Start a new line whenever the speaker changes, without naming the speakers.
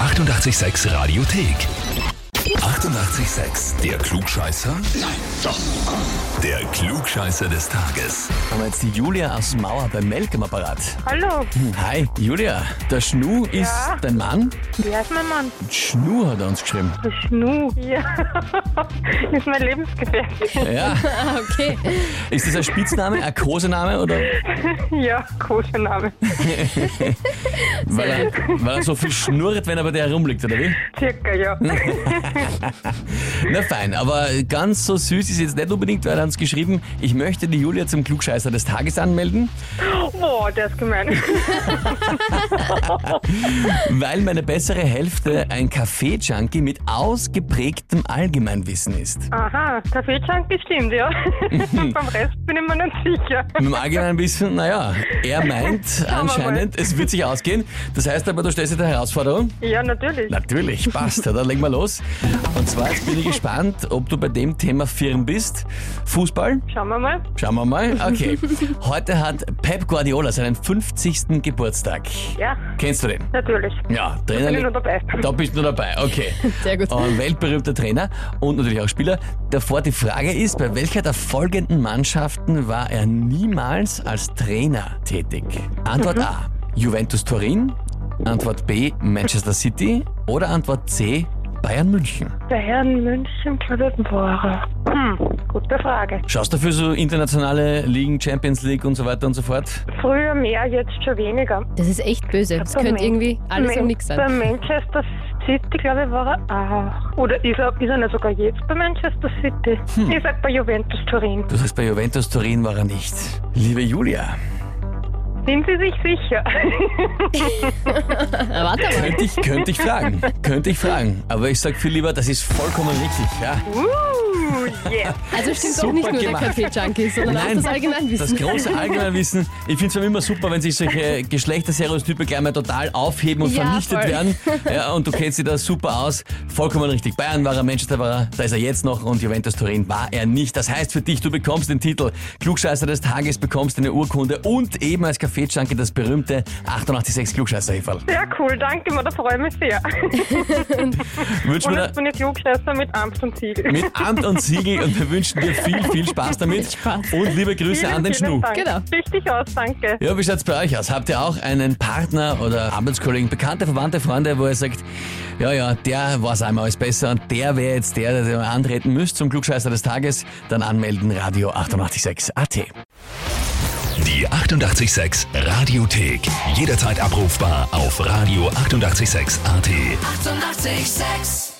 886 Radiothek. 88,6. Der Klugscheißer? Nein, doch. Der Klugscheißer des Tages.
Haben wir jetzt die Julia aus Mauer beim Melk am Apparat.
Hallo,
Hi, Julia, der Schnu
Ja?
ist dein Mann?
wer ist mein Mann?
Schnu hat er uns geschrieben.
Der Schnu. Ja, ist mein Lebensgefährte.
Ja.
Okay.
Ist das ein Spitzname, ein Kosename oder
Ja, großer Name.
weil er, weil er so viel schnurrt, wenn er bei dir herumliegt, oder wie?
Circa, ja.
Na fein, aber ganz so süß ist jetzt nicht unbedingt, weil er uns geschrieben, ich möchte die Julia zum Klugscheißer des Tages anmelden,
Boah, der ist gemein.
weil meine bessere Hälfte ein Kaffee-Junkie mit ausgeprägtem Allgemeinwissen ist.
Aha, Kaffeeschank bestimmt, ja. Beim Rest bin ich mir nicht sicher.
Mit dem allgemeinen Wissen, naja, er meint
mal.
anscheinend, es wird sich ausgehen. Das heißt aber, du stellst dir die Herausforderung.
Ja, natürlich.
Natürlich, passt. Dann legen wir los. Und zwar jetzt bin ich gespannt, ob du bei dem Thema firm bist. Fußball,
Schauen wir mal.
schauen wir mal. Okay. Heute hat Pep Guardiola seinen 50. Geburtstag.
Ja,
Kennst du den?
natürlich.
Ja, Trainer.
Bin ich nur dabei.
Da bist du nur dabei, okay.
Sehr gut.
Ein weltberühmter Trainer und natürlich auch Spieler. Davor die Frage ist, bei welcher der folgenden Mannschaften war er niemals als Trainer tätig?
Mhm.
Antwort A, Juventus Turin. Antwort B, Manchester City. Oder Antwort C, Bayern München.
Der Herr in München, Klaviatenbohrer. Hm, gute Frage.
Schaust du für so internationale Ligen, Champions League und so weiter und so fort?
Früher mehr, jetzt schon weniger.
Das ist echt böse. Das könnte irgendwie alles und nichts
Bei
sein.
Manchester City, glaube ich, war er auch. Oder ist er, ist er nicht sogar jetzt bei Manchester City?
Hm.
Ich sag bei Juventus Turin.
Du sagst, bei Juventus Turin war er nicht. Liebe Julia,
Sind Sie sich sicher?
Na, warte mal.
Könnte ich, könnte ich fragen. Könnte ich fragen. Aber ich sag viel lieber, das ist vollkommen richtig. Ja.
uh, yes.
Also stimmt
Super
doch nicht nur
gemacht.
der Kaffee-Junkie, sondern auch das
das
Allgemeinwissen.
große Allgemeinwissen. Ich finde es immer super, wenn sich solche Geschlechterstereotype gleich mal total aufheben und
Ja,
vernichtet
voll.
werden. Ja, und du kennst sie da super aus. Vollkommen richtig. Bayern war er, Manchester war er, da ist er jetzt noch und Juventus Turin war er nicht. Das heißt für dich, du bekommst den Titel Klugscheißer des Tages, bekommst eine Urkunde und eben als Kaffeeschanke das berühmte 886 Klugscheißer-Heferl.
Sehr cool, danke, man, da freue ich mich sehr.
Wünsch
Und
mir da-
jetzt bin ich Klugscheißer mit Amt und Siegel.
mit Amt und Siegel und wir wünschen dir viel, viel Spaß damit.
Spaß.
Und liebe Grüße
Vielen,
an den
vielen
Schnu.
Dank.
Genau.
Richtig aus, danke.
Ja, wie schaut's bei euch aus? Habt ihr auch einen Partner oder Arbeitskollegen, bekannte, verwandte, Freunde, wo ihr sagt, ja, ja, der war's einmal alles besser und der wäre jetzt der, der ihr antreten müsst zum Klugscheißer des Tages, dann anmelden Radio 886 AT.
Die 88,6 Radiothek. Jederzeit abrufbar auf radio886.at. 88,6.
Eighty-eight, sex.